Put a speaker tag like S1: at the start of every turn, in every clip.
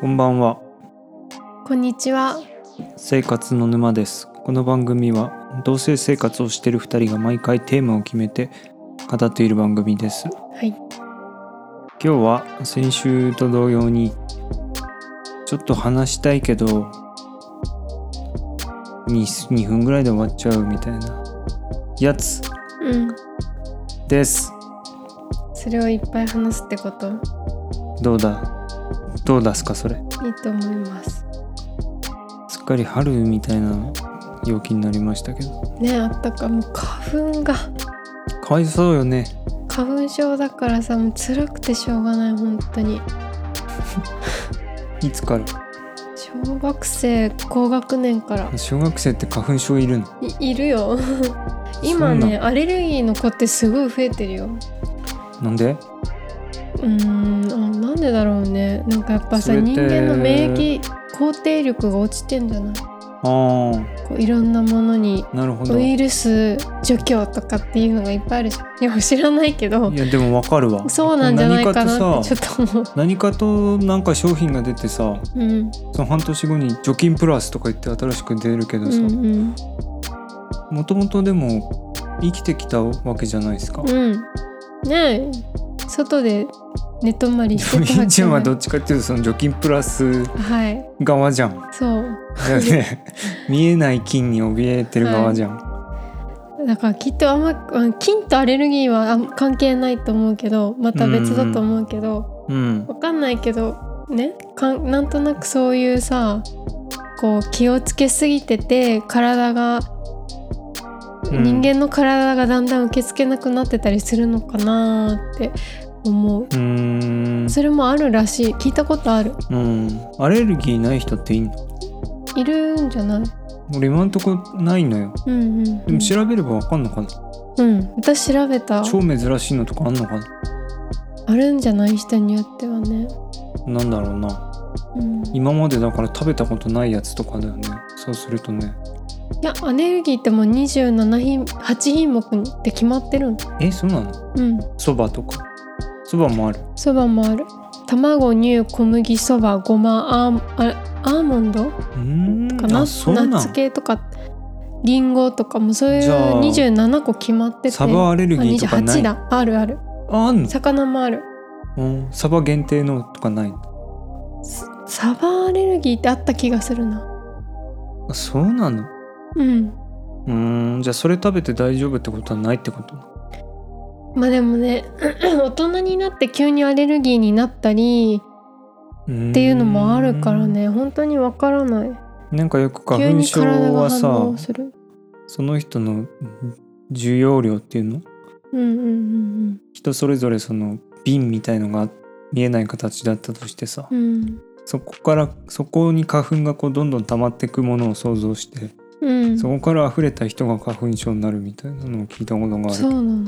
S1: こんばんは
S2: こんにちは。
S1: 生活の沼ですこの番組は同性生活をしている2人が毎回テーマを決めて語っている番組です
S2: はい。
S1: 今日は先週と同様にちょっと話したいけど 2, 2分ぐらいで終わっちゃうみたいなやつ
S2: うん。
S1: です
S2: それをいっぱい話すってことい
S1: どうだどう出すかそれ
S2: いと思います。
S1: すっかり春みたいな陽気になりましたけど
S2: ねえあったかもう花粉が
S1: かわいそうよね
S2: 花粉症だからさもう辛くてしょうがない本当に。
S1: いつから
S2: 小学生高学年から
S1: 小学生って花粉症いるの
S2: いい るよ。今
S1: そう
S2: ね
S1: な
S2: アレルギーの子ってすごい増えてるよ。
S1: なんで
S2: うーんあなんでだろうねなんかやっぱ
S1: そ
S2: さ
S1: れって
S2: 人間の免疫肯定力が落ちてんじゃない
S1: ああ
S2: こういろんなものに
S1: なるほど
S2: ウ
S1: い
S2: イルス除去とかっていうのがいっぱいあるじゃんいや知らないけど
S1: やでもわかるわ
S2: そうなんじゃないかなって
S1: 何かとさ
S2: ちょっと思う
S1: 何かとなんか商品が出てさ
S2: うん
S1: その半年後に除菌プラスとか言って新しく出るけ
S2: う
S1: どさ
S2: んうん
S1: もともとでも生きてきたわけじゃないですか。
S2: うんねえ外で寝泊まりしてたわけ
S1: インちゃんはどっちかっていうとその除菌プラス
S2: はい
S1: 側じゃん。
S2: そう
S1: だよね 見えない菌に怯えてる側じゃん。
S2: だからきっとあんまうん菌とアレルギーはあん関係ないと思うけどまた別だと思うけど、
S1: うん。
S2: わかんないけどねかんなんとなくそういうさこう気をつけすぎてて体が、
S1: うん
S2: 人間の体がだんだん受け付けなくなってたりするのかなーって思う
S1: うーん
S2: それもあるらしい聞いたことある
S1: うん、アレルギーない人っていいの
S2: いるんじゃない
S1: 俺今んとこないのよ
S2: うんうん、
S1: で
S2: う
S1: も
S2: ん、
S1: 調べればわかんのかな、
S2: うん私調べた
S1: 超珍しいのとかあんのかな
S2: あるんじゃない人によってはね、
S1: なんだろうな
S2: うん、い
S1: 今までだから食べたことないやつとかだよねそうするとね
S2: やアレルギーってもう27品8品目にって決まってるの
S1: えそうなの
S2: うん
S1: そばとかそばもある
S2: そばもある卵乳小麦そばごまアーモあアーモンド
S1: うーん
S2: かなナ
S1: あそうな
S2: ッツ
S1: ん
S2: 系とかリンゴとかもそうい
S1: じ
S2: う
S1: ゃあ
S2: 27個決まってて
S1: サバアレルギーとかな
S2: 28
S1: いあ
S2: だあるある
S1: あんの、
S2: 魚もある
S1: うん、サバ限定のとかない
S2: サバアレルギーってあった気がするな
S1: あそうなの
S2: うん
S1: うーんじゃあそれ食べて大丈夫ってことはないってこと
S2: まあでもね 大人になって急にアレルギーになったり
S1: っ
S2: っていうのもあるからね本当にわからない
S1: なんかよく
S2: 急
S1: 花粉
S2: に
S1: 症
S2: 体が
S1: はさ
S2: 反応する
S1: その人のうん需要量っていうの
S2: うんうんうん
S1: 人それぞれその瓶みたいのが見えない形だったとしてさ、
S2: うんうん
S1: そこからそこに花粉がこうどんどん溜まっていくものを想像して、
S2: うん
S1: そこから溢れた人が花粉症になるみたいなのを聞いたことがあ
S2: そう
S1: る
S2: なの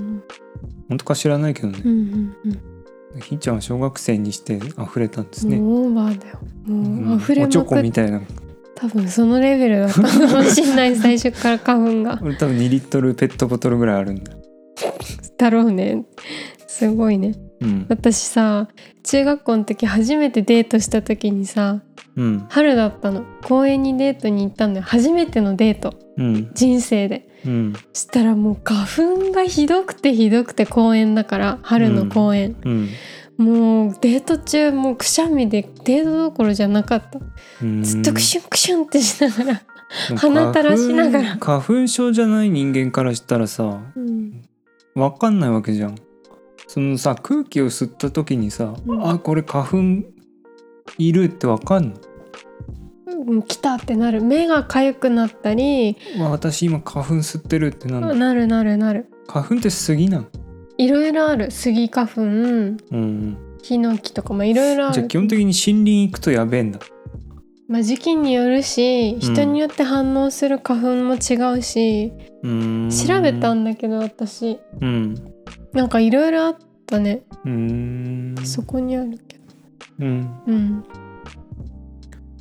S1: 本当か知らないけどね
S2: う、んうんうん
S1: ひーちゃんは小学生にして溢れたんですね、
S2: もうオーバーだよ
S1: うん
S2: もう溢れ
S1: おちょ
S2: ま
S1: こ
S2: くっ
S1: みたいな
S2: 多分そのレベルだ ったのかもしんない最初から花粉が
S1: 俺多分2リットルペットボトルぐらいあるんだ
S2: だろうねすごいね
S1: うん
S2: 私さ中学校の時初めてデートした時にさ
S1: うん
S2: 春だったの公園にデートに行ったんだよ初めてのデート
S1: うん
S2: 人生で
S1: うん
S2: したらもう花粉がひどくてひどくて公園だから春の公園、
S1: うん
S2: もうデート中もうくしゃみでデートどころじゃなかった
S1: うん
S2: ずっとクシュンクシュンってしながら
S1: でも
S2: 鼻垂らしながら
S1: 花粉花粉症じゃない人間からしたらさ
S2: うん
S1: 分かんないわけじゃんそのさ空気を吸った時にさ、
S2: うん
S1: あこれ花粉いるって分かんの
S2: うん来たってなる目が痒くなったり
S1: うわ私今花粉吸ってるってなんだ、
S2: なるなるなる
S1: 花粉って杉なの
S2: いろいろあるスギ花粉
S1: うん
S2: ヒノキとかもいろいろあ
S1: じゃあ
S2: る
S1: 基本的に森林行くとやべえんだ
S2: まあ時期によるし人によって反応する花粉も違うし、
S1: うーん
S2: 調べたんだけど私
S1: うん
S2: なんかいろいろあったね
S1: うーん
S2: そこにあるけど
S1: うん
S2: うん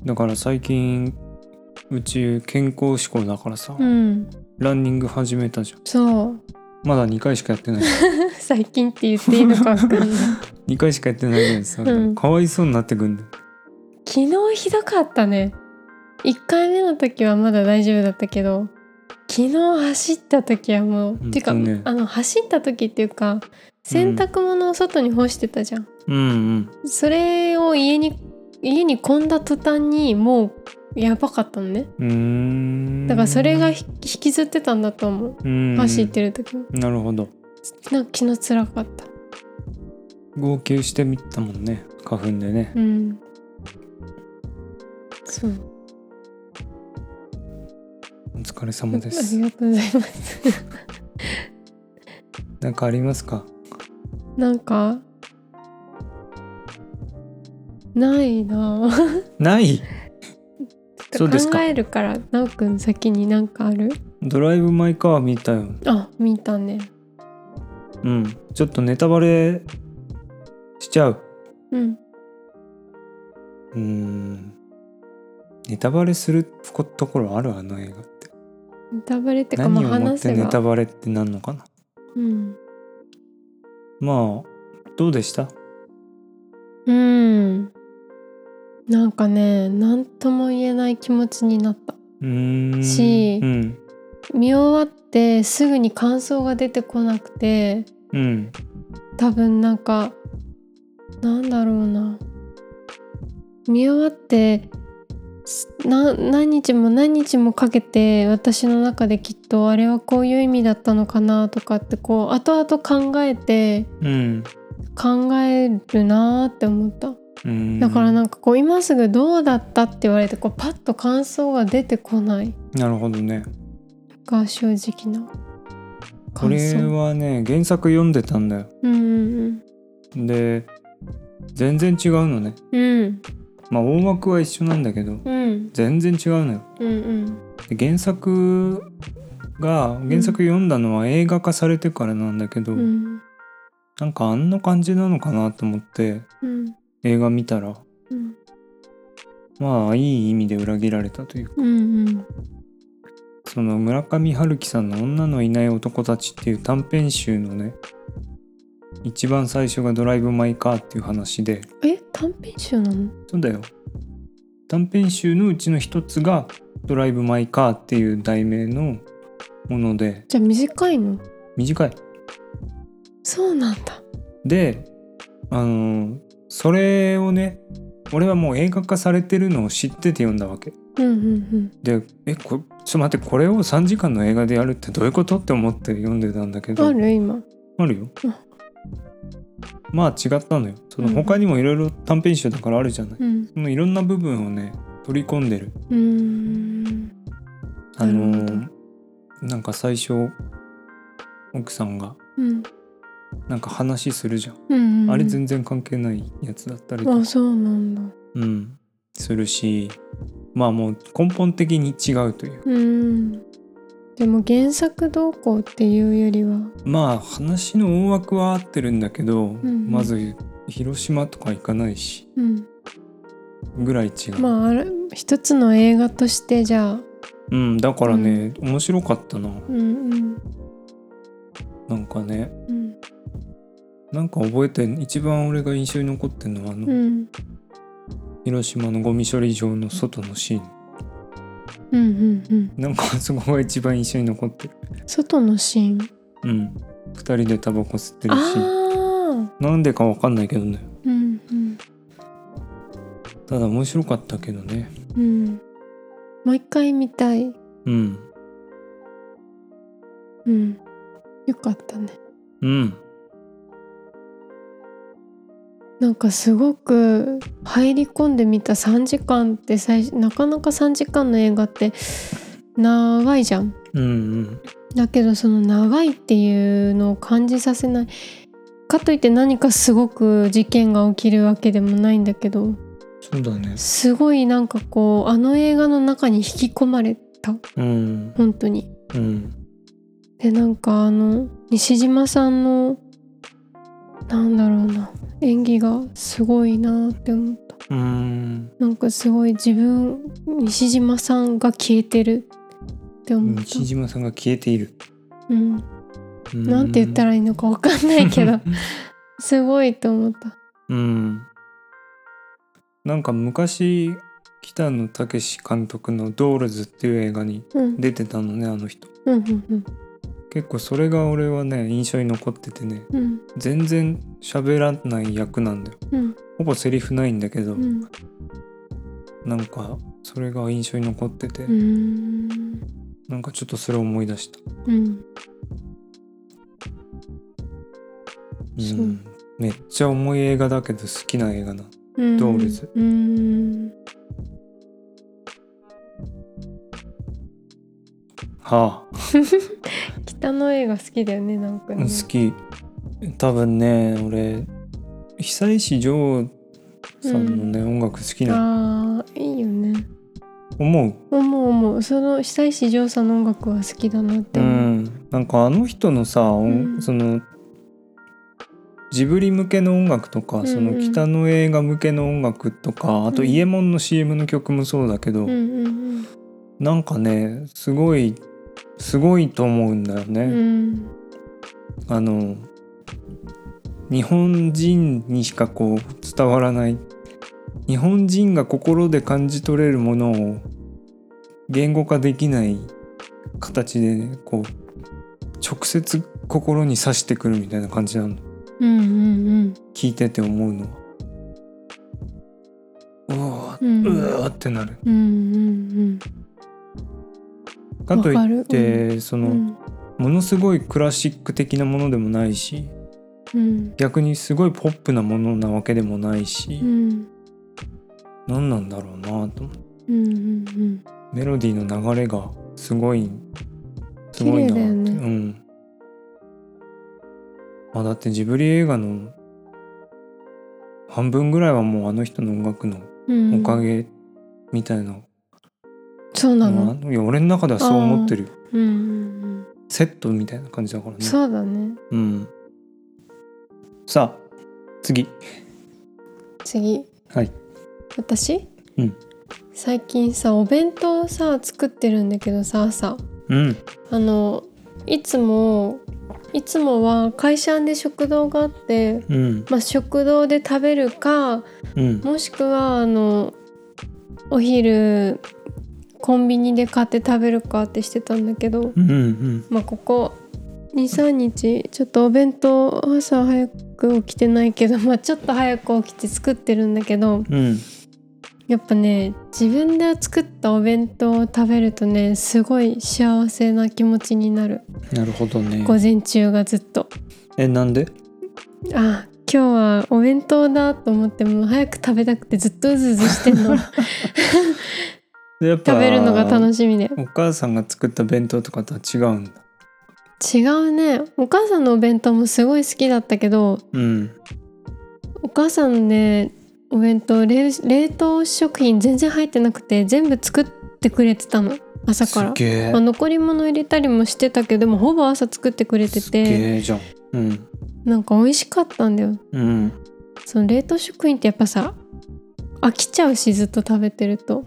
S1: だから最近うち健康志向だからさ、
S2: うん
S1: ランニング始めたじゃん
S2: そう
S1: まだ2回しかやってない
S2: 最近って言っていいのかわかんない
S1: 2回しかやってないけどさ、
S2: うん
S1: かわいそうになってくんだよ
S2: 昨昨日ひどかったね1回目の時はまだ大丈夫だったけど昨日走った時はもう、
S1: 当ね
S2: っていうかあの走った時っていうか洗濯物を外に干してたじゃん、
S1: うんうん
S2: それを家に家に込んだ途端にもうやばかったのね
S1: うーん
S2: だからそれがひ引きずってたんだと思う、走って
S1: る
S2: る時も
S1: なるほど
S2: なんか昨日辛かった
S1: 号泣してみたもんね花粉でね
S2: うんそう
S1: お疲れ
S2: あ
S1: 様
S2: り
S1: です
S2: が とうございます
S1: なんかありますか
S2: なんかないなぁ
S1: ないそうですか
S2: 考えるからなおくん先になんかある
S1: ドライブ・マイ・カー見たよ
S2: あ見たね
S1: うんちょっとネタバレしちゃう
S2: うん
S1: うーんネタバレすることころあるあの映画って
S2: ネタバレってか
S1: 何
S2: ま
S1: を
S2: あ
S1: もっ
S2: 話
S1: て
S2: せ
S1: ネタ
S2: ば
S1: バレってなんのかな
S2: うん
S1: まあどうでした
S2: うんなんかね何とも言えない気持ちになった
S1: うーん
S2: し
S1: うん
S2: 見終わってすぐに感想が出てこなくて
S1: うん
S2: 多分なんかなんだろうな見終わってすな何日も何日もかけて私の中できっとあれはこういう意味だったのかなとかってこう後々考えて
S1: うん
S2: 考えるなーって思った
S1: うん
S2: だからなんかこう今すぐどうだったって言われてこうパッと感想が出てこない
S1: なるほどね
S2: が正直な
S1: こ
S2: 感
S1: れ
S2: 想
S1: はね原作読んでたんだよ
S2: うんうん
S1: で全然違うのね
S2: うん
S1: まあ大枠は一緒なんだけど
S2: うん
S1: 全然違うのよ
S2: うんうん
S1: で原作が原作読んだのは映画化されてからなんだけど、
S2: うんうん
S1: なんかあんな感じなのかなと思って
S2: うん
S1: 映画見たら
S2: うん
S1: まあいい意味で裏切られたというか
S2: うん
S1: その村上春樹さんの「女のいない男たち」っていう短編集のね一番最初が「ドライブ・マイ・カー」っていう話で
S2: え短編集なの
S1: そうだよ短編集のうちの一つが「ドライブ・マイ・カー」っていう題名のもので
S2: じゃあ短いの
S1: 短い
S2: そうなんだ
S1: であのそれをね俺はもう映画化されてるのを知ってて読んだわけ
S2: うんうん
S1: でえこちょっと待ってこれを3時間の映画でやるってどういうことって思って読んでたんだけ
S2: うん
S1: ど
S2: ある今
S1: あるよ
S2: あ
S1: まあ違ったのよその
S2: うん
S1: 他にもいろいろ短編集だからあるじゃない、
S2: うん
S1: そのいろんな部分をね取り込んでる
S2: うーん
S1: あの
S2: なるほ
S1: ーなんか最初奥さんが
S2: うん
S1: なんか話するじゃん、
S2: うんうん
S1: あれ全然関係ないやつだったりとか
S2: あそうなんだ
S1: うん、するしまあもう根本的に違うという
S2: うんでも原作動向っていうよりは
S1: まあ話の大枠は合ってるんだけど、
S2: ん
S1: まず広島とか行かないし
S2: うん
S1: ぐらい違う、
S2: まああれ一つの映画としてじゃあ
S1: うん、だからね、面白かったな
S2: うんうん
S1: なんかね
S2: うん
S1: なんか覚えてん一番俺が印象に残ってるのはあの、
S2: うん
S1: 広島のゴミ処理場の外のシーン
S2: うんうんうん
S1: なんかそこが一番印象に残ってる
S2: 外のシーン
S1: うん2人でタバコ吸ってるシーン
S2: ああ
S1: なんでかわかんないけどね
S2: うんうん
S1: ただ面白かったけどね
S2: うんもう一回見たい
S1: うん
S2: うんよかったね
S1: うん
S2: なんかすごく入り込んでみた3時間って最初なかなか3時間の映画って長いじゃん。
S1: うんうん
S2: だけどその長いっていうのを感じさせないかといって何かすごく事件が起きるわけでもないんだけど
S1: そうだね
S2: すごいなんかこうあの映画の中に引き込まれた
S1: うん
S2: 本当に。
S1: うん
S2: でなんかあの西島さんのなんだろうな演技がすごいなって思った。
S1: うん
S2: なんかすごい自分西島さんが消えてるって思った、
S1: 西島さんが消えている
S2: うん、なんて言った
S1: ら
S2: らいいのかわ かんないけどすごいと思った
S1: うんなんか昔北野武監督の「ドールズ」っていう映画に
S2: うん
S1: 出てたのねあの人
S2: うんうん
S1: 結構それが俺はね印象に残っててね
S2: うん
S1: 全然喋らない役なんだよ
S2: うん
S1: ほぼセリフないんだけど、
S2: うんう
S1: なんかそれが印象に残ってて、
S2: ーん
S1: なんかちょっとそれを思い出した
S2: うん
S1: う
S2: そうん
S1: めっちゃ重い映画だけど好きな映画な
S2: うん
S1: ドールズ
S2: うん
S1: はあ、
S2: 北の映画好きだよねなんかね
S1: 好き多分ね俺久石譲さんのね、音楽好きな
S2: あーいいよね
S1: 思う
S2: 思う思うその久石譲さんの音楽は好きだなって
S1: う
S2: 思う、
S1: ん、なんかあの人のさ、音
S2: うん
S1: そのジブリ向けの音楽とか、
S2: うんうん
S1: その北の映画向けの音楽とかあと
S2: うん
S1: 伊右衛門の CM の曲もそうだけど、
S2: うん、うん
S1: なんかねすごいすごいと思うんだよ
S2: うんう
S1: ね。
S2: ん
S1: あの日本人にしかこう伝わらない日本人が心で感じ取れるものを言語化できない形でねこう直接心に刺してくるみたいな感じなの
S2: うんうん
S1: 聞いてて思うのはうわ
S2: うんうん
S1: うわーってなる
S2: うんうん
S1: かとい
S2: わかる
S1: っ
S2: う
S1: てそ
S2: うんう
S1: の
S2: ん
S1: ものすごいクラシック的なものでもないし
S2: うん
S1: 逆にすごいポップなものなわけでもないし
S2: うん
S1: 何なんだろうなと思って
S2: うんうん
S1: メロディーの流れがすごいすごいなって、
S2: 綺麗だよね
S1: うんまあ、だってジブリ映画の半分ぐらいはもうあの人の音楽の
S2: うんうん
S1: おかげみたいな、
S2: そうなの、
S1: まあいや俺の中ではそう思ってるよ
S2: うんうんうん
S1: セットみたいな感じだからね
S2: そうだね
S1: うん、さあ次
S2: 次
S1: はい
S2: 私
S1: うん
S2: 最近さお弁当をさ作ってるんだけどさ朝
S1: うん
S2: あのいつもいつもは会社で食堂があって、
S1: うん
S2: まあ、食堂で食べるか
S1: うん
S2: もしくはあのお昼コンビニで買って食べるかってしてたんだけど、
S1: うんうん
S2: まあ、ここ23日ちょっとお弁当朝早く起きてないけど、 まあ、ちょっと早く起きて作ってるんだけど
S1: うん
S2: やっぱね自分で作ったお弁当を食べるとねすごい幸せな気持ちになる
S1: なるほどね
S2: 午前中がずっと。
S1: えなんで
S2: あ今日はお弁当だと思ってもう早く食べたくてずっとうずうずしてんの食
S1: 食
S2: べるのが楽しみで
S1: お母さんが作った弁当とかとは違うんだ。
S2: 違うねお母さんのお弁当もすごい好きだったけど
S1: うん。
S2: お母さんのねお弁当冷冷凍食品全然入ってなくて全部作ってくれてたの朝
S1: す
S2: から、
S1: げえ
S2: まあ、。残り物入れたりもしてたけどでもほぼ朝作ってくれて
S1: すげ
S2: て
S1: えじゃん。うん。
S2: なんか美味しかったんだよ
S1: うん。
S2: その冷凍食品ってやっぱさ飽きちゃうしずっと食べてると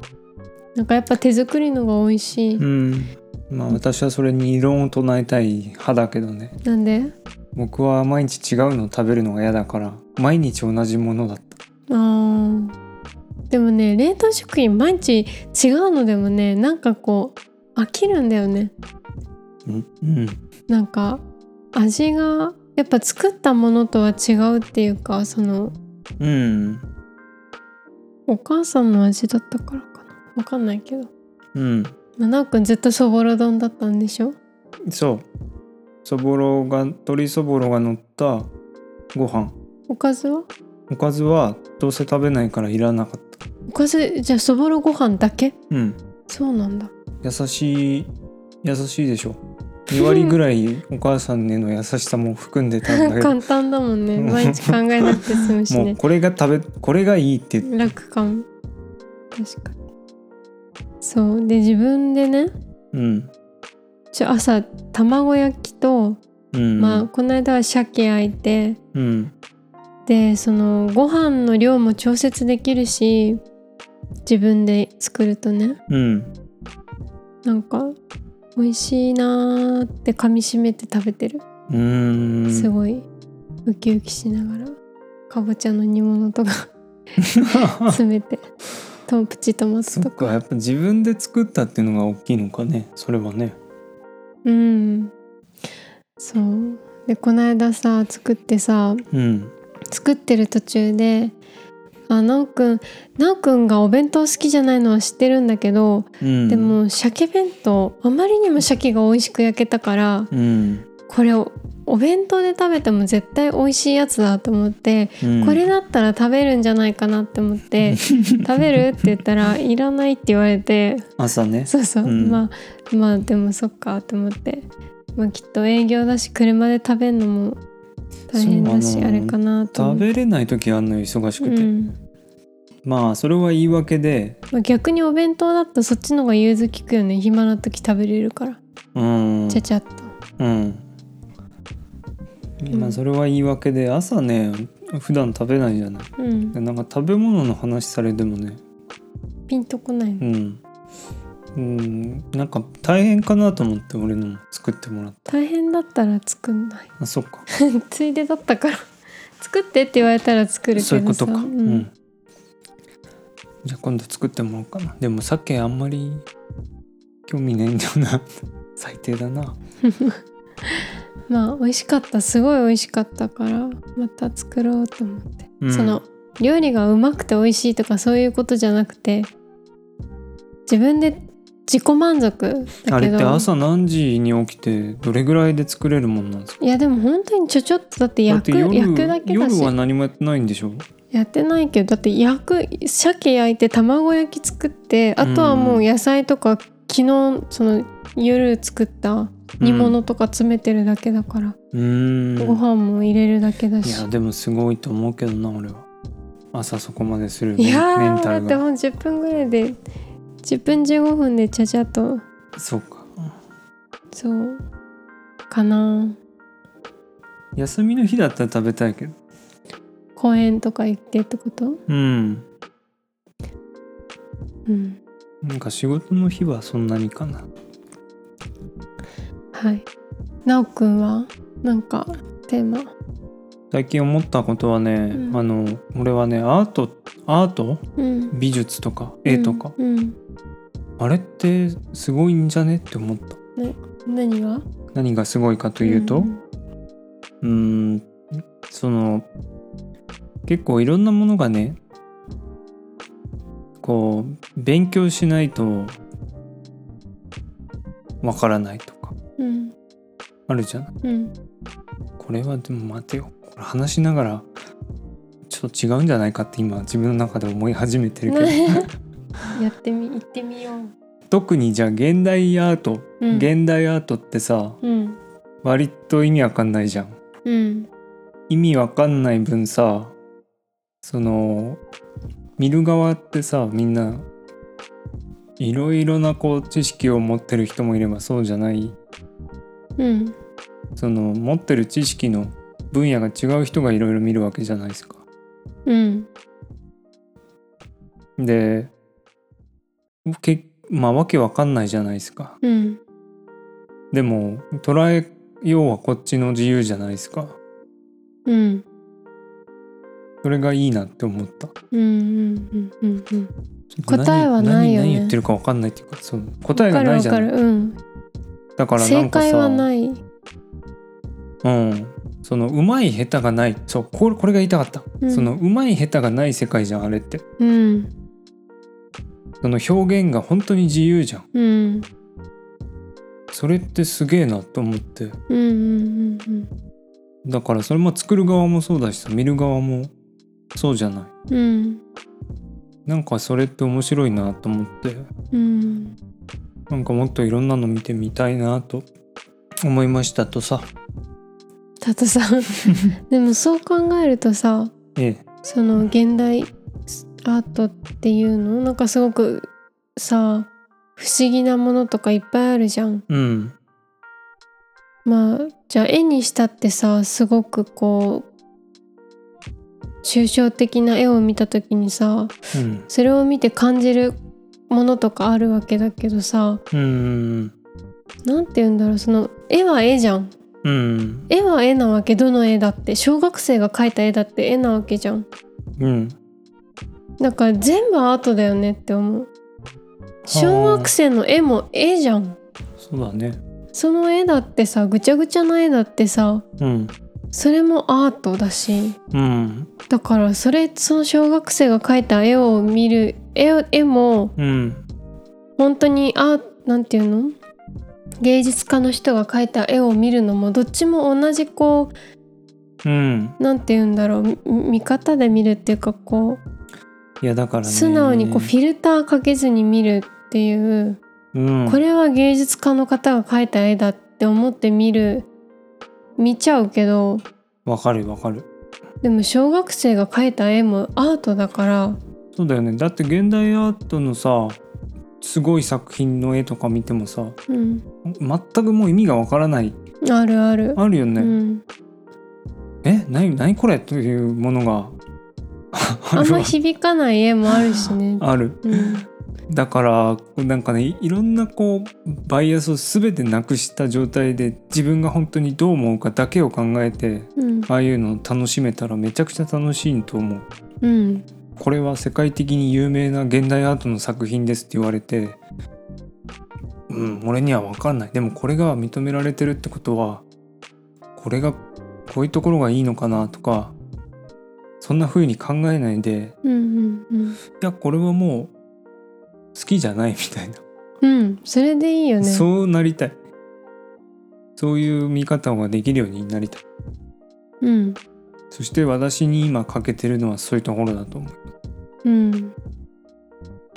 S2: なんかやっぱ手作りのが美味しい、
S1: うん。まあ私はそれに異論を唱えたい派だけどね。
S2: なんで
S1: 僕は毎日違うのを食べるのが嫌だから、毎日同じものだった。
S2: あーでもね冷凍食品毎日違うのでもねなんかこう飽きるんだよね
S1: うん。うん。
S2: なんか味がやっぱ作ったものとは違うっていうかその
S1: うん。
S2: お母さんの味だったからかなわかんないけど
S1: うん。
S2: 七尾くんずっとそぼろ丼だったんでしょ
S1: そう。そぼろが、鶏そぼろが乗ったご飯。
S2: おかずは
S1: おかずはどうせ食べないからいらなかった。
S2: おかずじゃあそぼろご飯だけ
S1: うん。
S2: そうなんだ
S1: 優しい優しいでしょ2割ぐらいお母さんへの優しさも含んでた んだけど
S2: 簡単だもんね毎日考えなくて済むし
S1: もう
S2: ね
S1: これが食べこれがいいって
S2: 楽かも確かにそうで自分でね
S1: うん
S2: ちょ朝卵焼きと、
S1: うん、
S2: まあこの間は鮭焼いて
S1: うん
S2: でそのご飯の量も調節できるし自分で作るとね
S1: うん
S2: なんか美味しいなーって噛みしめて食べてる、
S1: うーん
S2: すごいウキウキしながらかぼちゃの煮物とか全てトンプチトマト
S1: そ
S2: と
S1: っ
S2: か
S1: かやっぱ自分で作ったっていうのが大きいのかねそれはね
S2: うんそうでこの間さ作ってさ
S1: うん
S2: 作ってる途中であなおくんなおくんがお弁当好きじゃないのは知ってるんだけど、
S1: うん
S2: でも鮭弁当あまりにも鮭が美味しく焼けたから
S1: うん、
S2: これをお弁当で食べても絶対美味しいやつだと思って、
S1: うん
S2: これだったら食べるんじゃないかなって 思って「食べる?」って言ったら「いらない」って言われて
S1: 朝ね
S2: そうそう、
S1: うん
S2: まあまあでもそっかと思って、まあ、きっと営業だし車で食べるのも大変だ
S1: そ
S2: し
S1: うあ
S2: あ
S1: の
S2: れかなと思
S1: 食
S2: って。
S1: べれない時あんのよ忙しく
S2: う
S1: て、
S2: ん
S1: まあそれは言い訳で
S2: まあ、逆にお弁当だとそっちの方が融通きくよね暇な時食べれるから、
S1: うん
S2: ちゃちゃっと
S1: うんまあそれは言い訳で朝ね普段食べないじゃない
S2: うん
S1: でなんか食べ物の話されてもね
S2: ピンとこないの
S1: うん、うん、なんか大変かなと思って俺のも作ってもらっ
S2: 大変だったら作んない
S1: たあそっか
S2: ついでだったから 作ってって言われたら作るけどさ
S1: そういうことかうん、
S2: ん
S1: じゃあ今度作ってもらおうかなでも鮭あんまり興味ないんだよな 最低だな
S2: まあ美味しかったすごい美味しかったからまた作ろうと思って、
S1: うん
S2: その料理がうまくて美味しいとかそういうことじゃなくて自分で自己満足
S1: あ
S2: だ
S1: れ
S2: け
S1: っ
S2: ど
S1: て朝何時に起きてどれぐらいで作れるもんなんですか
S2: いやでも本当にちょちょっとだって焼く
S1: だって
S2: 焼くだけだ
S1: 夜は
S2: し
S1: 何もやってないんでしょ
S2: やってないけどだって焼く鮭焼いて卵焼き作ってあとはもう野菜とか昨日その夜作った煮物とか詰めてるだけだから、
S1: うーん
S2: ご飯も入れるだけだ
S1: い
S2: し
S1: やでもすごいと思うけどな俺は朝そこまでする
S2: い
S1: メン
S2: や
S1: メン
S2: ーだ
S1: タ
S2: っ
S1: ル
S2: て
S1: が
S2: もう10分ぐらいで10分15分でちゃちゃっと
S1: そうか
S2: そうかな
S1: 休みの日だったら食べたいけど
S2: 公園とか行ってってこと
S1: うん
S2: うん
S1: なんか仕事の日はそんなにかな
S2: はいなおくんはなんかテーマ
S1: 最近思ったことはね、
S2: うん
S1: あの俺はねアートアート
S2: うん
S1: 美術とか絵とか、
S2: うん、うん
S1: あれってすごいんじゃねって思った
S2: 何が
S1: 何がすごいかというと
S2: ん
S1: うーんその結構いろんなものがねこう勉強しないとわからないとか
S2: うん
S1: あるじゃない
S2: うん
S1: これはでも待てよこれ話しながらちょっと違うんじゃないかって今自分の中で思い始めてるけど
S2: やってみ行ってみよう
S1: 特にじゃあ現代アート、
S2: うん
S1: 現代アートってさ
S2: うん
S1: 割と意味わかんないじゃん。
S2: うん
S1: 意味わかんない分さその見る側ってさみんないろいろなこう知識を持ってる人もいればそうじゃない
S2: うん
S1: その持ってる知識の分野が違う人がいろいろ見るわけじゃないですか。
S2: うん
S1: でけまあわけわかんないじゃないですか。
S2: うん
S1: でも捉えようはこっちの自由じゃないですか。
S2: うん
S1: それがいいなって思った。
S2: うんうんうんうん答えはないよね
S1: 何何言ってるかわかんないっていうかその答
S2: わ
S1: え
S2: か
S1: が
S2: る
S1: ない
S2: わ
S1: じゃな
S2: か
S1: い
S2: るうん
S1: だからな
S2: 正
S1: んかさ
S2: 解はない
S1: うん、そのうまい下手がないそうこれこれが言いたかった、
S2: うん
S1: そのうまい下手がない世界じゃんあれって
S2: うん
S1: その表現が本当に自由じゃん
S2: うん
S1: それってすげえなと思って
S2: うんうんうん
S1: だからそれも作る側もそうだしさ見る側もそうじゃない
S2: うん
S1: なんかそれって面白いなと思って
S2: うん
S1: なんかもっといろんなの見てみたいなと思いましたとさ
S2: たとさんでもそう考えるとさ
S1: ええ
S2: その現代アートっていうのなんかすごくさ不思議なものとかいっぱいあるじゃん
S1: うん
S2: まあじゃあ絵にしたってさすごくこう抽象的な絵を見た時にさ
S1: うん
S2: それを見て感じるものとかあるわけだけどさ
S1: うん
S2: 何て言うんだろうその絵は絵じゃん
S1: うん
S2: 絵は絵なわけどの絵だって小学生が描いた絵だって絵なわけじゃん
S1: うん
S2: なんか全部アートだよねって思う小学生の絵も絵じゃん
S1: そうだね
S2: その絵だってさぐちゃぐちゃな絵だってさ
S1: うん
S2: それもアートだし
S1: うん
S2: だからそれその小学生が描いた絵を見る絵を絵も
S1: うん
S2: 本当にあなんていうの芸術家の人が描いた絵を見るのもどっちも同じこ
S1: うん
S2: うなんて言うんだろうみ見方で見るっていうかこ
S1: いやだか
S2: う
S1: らね
S2: 素直にこうフィルターかけずに見るっていう
S1: うん
S2: これは芸術家の方が描いた絵だって思って見る見ちゃうけど
S1: わかるわかる
S2: でも小学生が描いた絵もアートだから
S1: そうだよねだって現代アートのさすごい作品の絵とか見てもさ
S2: うん
S1: 全くもう意味がわからない
S2: あるある。
S1: あるよ
S2: う
S1: ね、
S2: ん、
S1: え何何これというものが
S2: あんま響かない絵もあるしね。
S1: ある
S2: うん
S1: だからなんかねいいろんなこうバイアスを全てなくした状態で自分が本当にどう思うかだけを考えて
S2: うん
S1: ああいうのを楽しめたらめちゃくちゃ楽しいと思う
S2: うん
S1: これは世界的に有名な現代アートの作品ですって言われてうん俺には分かんないでもこれが認められてるってことはこれがこういうところがいいのかなとかそんな風に考えないで
S2: うんうん
S1: いやこれはもう好きじゃないみたいな、
S2: うんうんそれでいいよね
S1: そうなりたいそういう見方ができるようになりたい
S2: うん
S1: そして私に今欠けてるのはそういうところだと思う
S2: うん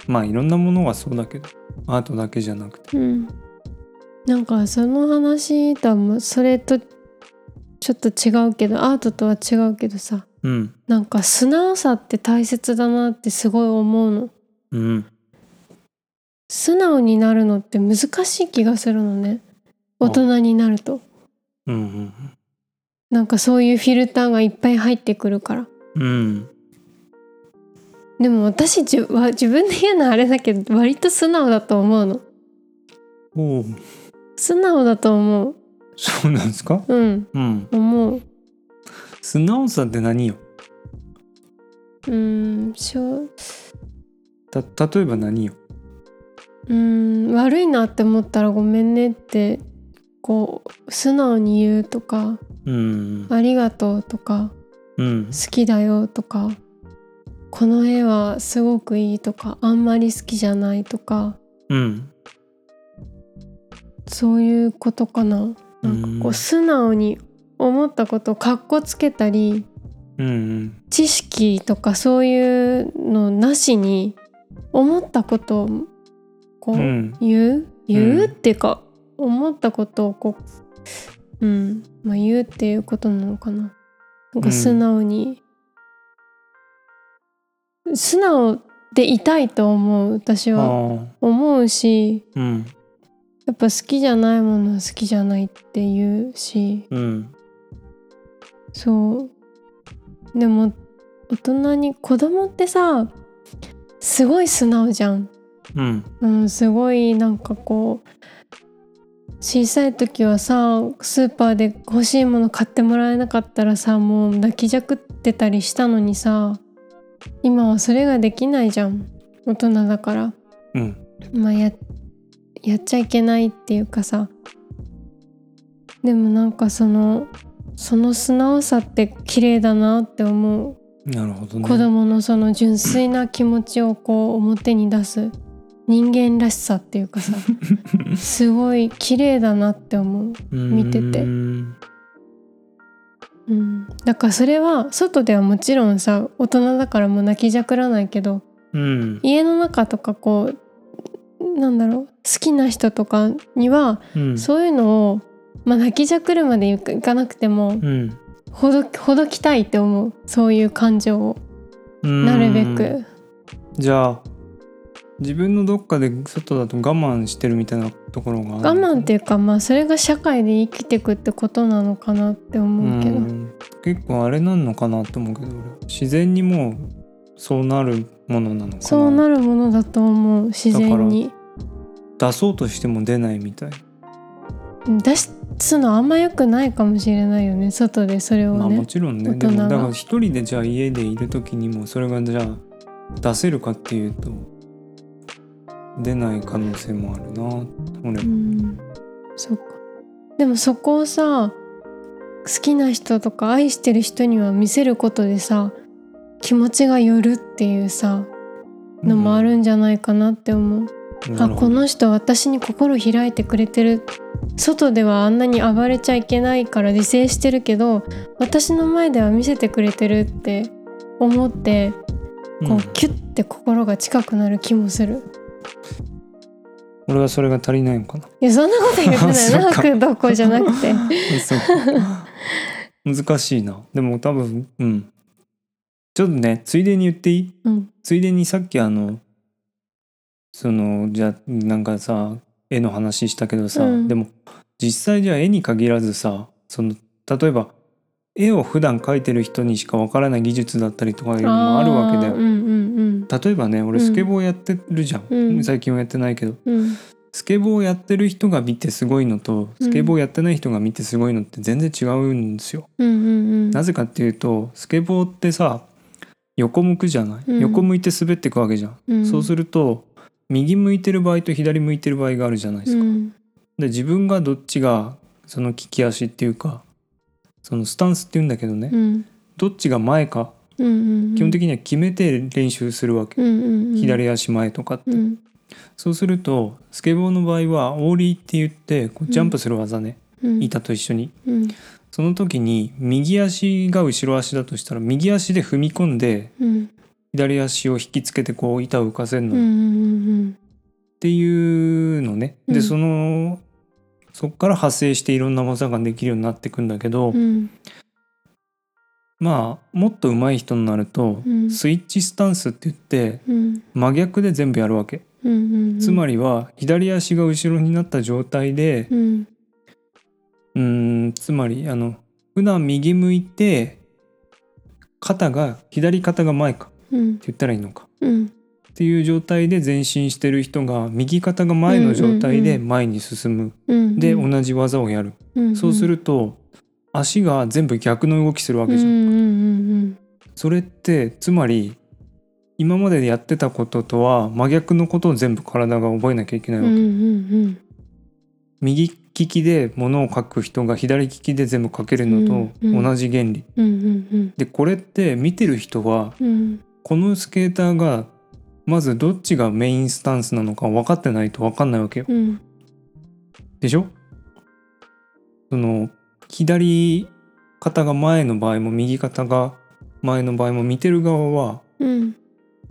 S1: まあいろんなものがそうだけどアートだけじゃなくて
S2: うんなんかその話とはもうそれとちょっと違うけどアートとは違うけどさ
S1: うん
S2: なんか素直さって大切だなってすごい思うの
S1: うん
S2: 素直になるのって難しい気がするのね大人になると
S1: うん
S2: なんかそういうフィルターがいっぱい入ってくるから
S1: うんうん
S2: でも私じわ自分で言うのはあれだけど割と素直だと思うの
S1: おお
S2: 素直だと思う
S1: そうなんですか
S2: うん
S1: うん
S2: 思う
S1: 素直さって何よ
S2: うんしょう
S1: た例えば何よ
S2: うん悪いなって思ったらごめんねってこう素直に言うとか
S1: うん
S2: ありがとうとか
S1: うん
S2: 好きだよとかこの絵はすごくいいとかあんまり好きじゃないとか
S1: うん
S2: そういうことかななんかこう素直に思ったことをかっこつけたり
S1: うんうん
S2: 知識とかそういうのなしに思ったことをこう、
S1: うん
S2: 言う言う、
S1: うん
S2: っていうか思ったことをこううんまあ言うっていうことなのかななん
S1: う
S2: か
S1: ん
S2: 素直に、素直でいたいと思う私
S1: あ
S2: は
S1: ー
S2: 思うし
S1: うん
S2: やっぱ好きじゃないものは好きじゃないって言うし
S1: うん
S2: そうでも大人に子供ってさすごい素直じゃん
S1: うん
S2: うん、すごいなんかこう小さい時はさスーパーで欲しいもの買ってもらえなかったらさもう抱きじゃくってたりしたのにさ今はそれができないじゃん大人だから
S1: うん
S2: まあややっちゃいけないっていうかさでもなんかそのその素直さって綺麗だなって思う
S1: なるほどね
S2: 子供のその純粋な気持ちをこう表に出す人間らしさっていうかさすごい綺麗だなって思う、見てて
S1: うん
S2: うん、だからそれは外ではもちろんさ大人だからもう泣きじゃくらないけど
S1: うん
S2: 家の中とかこうなんだろう好きな人とかには
S1: うん
S2: そういうのを、まあ、泣きじゃくるまでいかいかなくても
S1: うん
S2: ほどほどきたいって思うそういう感情を
S1: うん
S2: なるべく
S1: じゃあ自分のどっかで外だと我慢してるみたいなところが
S2: 我慢っていうかまあそれが社会で生きてくってことなのかなって思うけど、
S1: ん結構あれなんのかなと思うけど俺自然にもうそうなるものなのかな
S2: そうなるものだと思う自然に
S1: 出そうとしても出ないみたい、
S2: 出すのあんま良くないかもしれないよね外でそれを
S1: まあも
S2: ね、
S1: ちろんね
S2: 大
S1: で
S2: 人が
S1: もだから一人でじゃあ家でいる時にもそれがじゃあ出せるかっていうと出ない可能性もあるな俺
S2: う
S1: は
S2: んそうかでもそこをさ好きな人とか愛してる人には見せることでさ気持ちが寄るっていうさのもあるんじゃないかなって思う、
S1: な
S2: あ
S1: るほ
S2: こ
S1: ど
S2: の人私に心開いてくれてる外ではあんなに暴れちゃいけないから自制してるけど私の前では見せてくれてるって思ってこ
S1: う
S2: うんキュッて心が近くなる気もする
S1: 俺はそれが足りないのか ない
S2: やそんなこと言ってな
S1: あ
S2: い
S1: そっか
S2: 長くどうこうじゃなくて
S1: そう難しいなでも多分うんちょっとねついでに言っていい
S2: うん
S1: ついでにさっきあのそのじゃなんかさ絵の話したけどさ、
S2: うん
S1: でも実際じゃあ絵に限らずさその例えば絵を普段描いてる人にしかわからない技術だったりとかいうのもあるわけだ
S2: ー
S1: よ
S2: う。んうん
S1: 例えばね俺
S2: うん
S1: スケボーやってるじゃん、
S2: うん
S1: 最近はやってないけど
S2: うんうん
S1: スケボーやってる人が見てすごいのと
S2: うん
S1: スケボーやってない人が見てすごいのって全然違うんですよ。
S2: うんうん
S1: なぜかっていうとスケボーってさ横向くじゃない、
S2: うん
S1: 横向いて滑っていくわけじゃん。
S2: うん
S1: そうすると右向いてる場合と左向いてる場合があるじゃないですか。
S2: うん
S1: で自分がどっちがその利き足っていうかそのスタンスっていうんだけどね、
S2: うん
S1: どっちが前か
S2: うんうん
S1: 基本的には決めて練習するわけ、
S2: うんうんうん
S1: 左足前とかって、
S2: うん
S1: そうするとスケボーの場合はオーリーって言ってこうジャンプする技ね、
S2: うん
S1: 板と一緒に
S2: うん
S1: その時に右足が後ろ足だとしたら右足で踏み込んで
S2: うん
S1: 左足を引きつけてこう板を浮かせるの
S2: うんうんうん
S1: っていうのね、
S2: う
S1: で
S2: ん
S1: そのそっから派生していろんな技ができるようになってくんだけど、
S2: うん
S1: まあもっと上手い人になると、
S2: うん
S1: スイッチスタンスって言って
S2: うん
S1: 真逆で全部やるわけ、
S2: うんうん
S1: つまりは左足が後ろになった状態で
S2: うん
S1: うーんつまりあの普段右向いて肩が左肩が前かって
S2: う
S1: 言
S2: ん
S1: ったらいいのか
S2: うん
S1: っていう状態で前進してる人が右肩が前の状態で前に進む、
S2: うん
S1: で
S2: うん
S1: 同じ技をやる
S2: うん
S1: そうすると足が全部逆の動きするわけじゃん。
S2: うんうん
S1: それってつまり今までやってたこととは真逆のことを全部体が覚えなきゃいけない
S2: うん
S1: わ
S2: う
S1: け、
S2: んうん
S1: 右利きで物を書く人が左利きで全部書けるのと
S2: うんうん
S1: 同じ原理、
S2: うんうんうん
S1: でこれって見てる人は
S2: うん
S1: このスケーターがまずどっちがメインスタンスなのか分かってないと分かんないわけよ
S2: うん
S1: でしょその左肩が前の場合も右肩が前の場合も見てる側は
S2: うん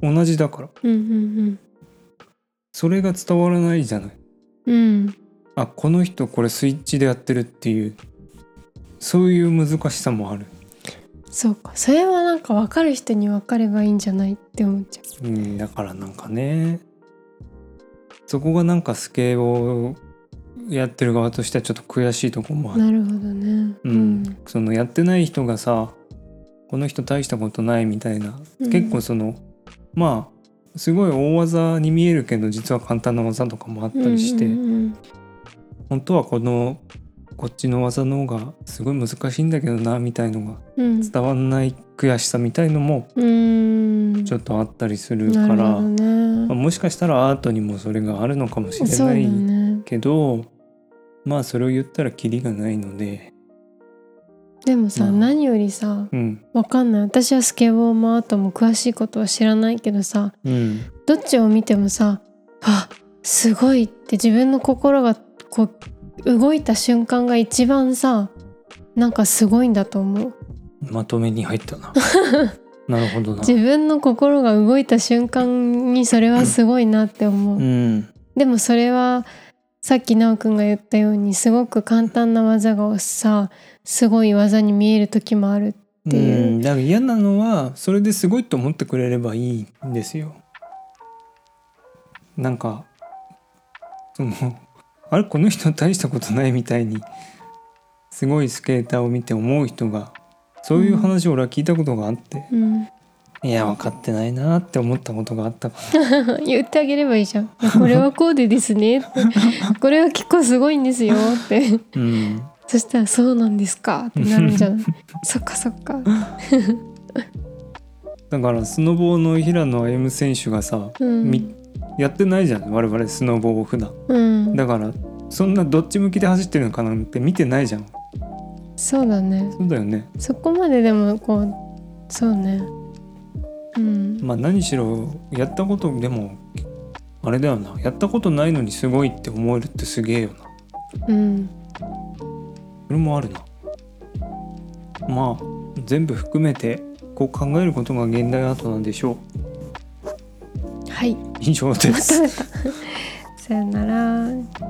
S1: 同じだから
S2: うんうん
S1: それが伝わらないじゃない
S2: うん
S1: あこの人これスイッチでやってるっていうそういう難しさもある、
S2: そうかそれはなんか分かる人に分かればいいんじゃないって思っちゃ
S1: うん、だからなんかねそこがなんかスケをやってる側としてはちょっと悔しいとこもあ
S2: う
S1: る、
S2: なるほどね
S1: うんそのやってない人がさこの人大したことないみたいな、
S2: うん
S1: 結構そのまあすごい大技に見えるけど実は簡単な技とかもあったりして、
S2: うん
S1: 本当はこのこっちの技の方がすごい難しいんだけどなみたいのが
S2: うん
S1: 伝わんない悔しさみたいのも
S2: うんうん
S1: ちょっとあったりするか
S2: な
S1: ら、
S2: るほどね
S1: まあもしかしたらアートにもそれがあるのかもしれ
S2: そう
S1: な
S2: だ
S1: い
S2: ね
S1: けど、まあそれを言ったらキリがないので
S2: でもさ、
S1: まあ
S2: 何よりさ
S1: うん
S2: 分かんない私はスケボーもアートも詳しいことは知らないけどさ、
S1: うん
S2: どっちを見てもさ「あすごい」って自分の心がこう動いた瞬間が一番さなんかすごいんだと思う
S1: まとめに入った ななるほどな
S2: 自分の心が動いた瞬間にそれはすごいなって思う、
S1: うん
S2: でもそれはさっき奈くんが言ったようにすごく簡単な技がさすごい技に見える時もあるってい
S1: う
S2: う
S1: ん、だから嫌なのはそれですごいと思ってくれればいいんですよなんかそのあれこの人大したことないみたいにすごいスケーターを見て思う人がそういう話を俺は聞いたことがあって、
S2: うん
S1: いや分かってないなって思ったことがあったから
S2: 言ってあげればいいじゃん「いやこれはこうでですね」って「これは結構すごいんですよ」って。
S1: うん
S2: そしたら「そうなんですか」ってなるんじゃないそっかそっか
S1: だからスノボーの平野歩夢選手がさ
S2: うん
S1: みやってないじゃん我々スノボーを普段
S2: うん
S1: だからそんなどっち向きで走ってるのかなんて見てないじゃん
S2: そうだね
S1: そうだよね
S2: そこまででもこうそうねうん
S1: まあ何しろやったことでもあれだよなやったことないのにすごいって思えるってすげえよな
S2: うん
S1: それもあるなまあ全部含めてこう考えることが現代アートなんでしょう
S2: はい
S1: 以上で
S2: また
S1: す
S2: さよなら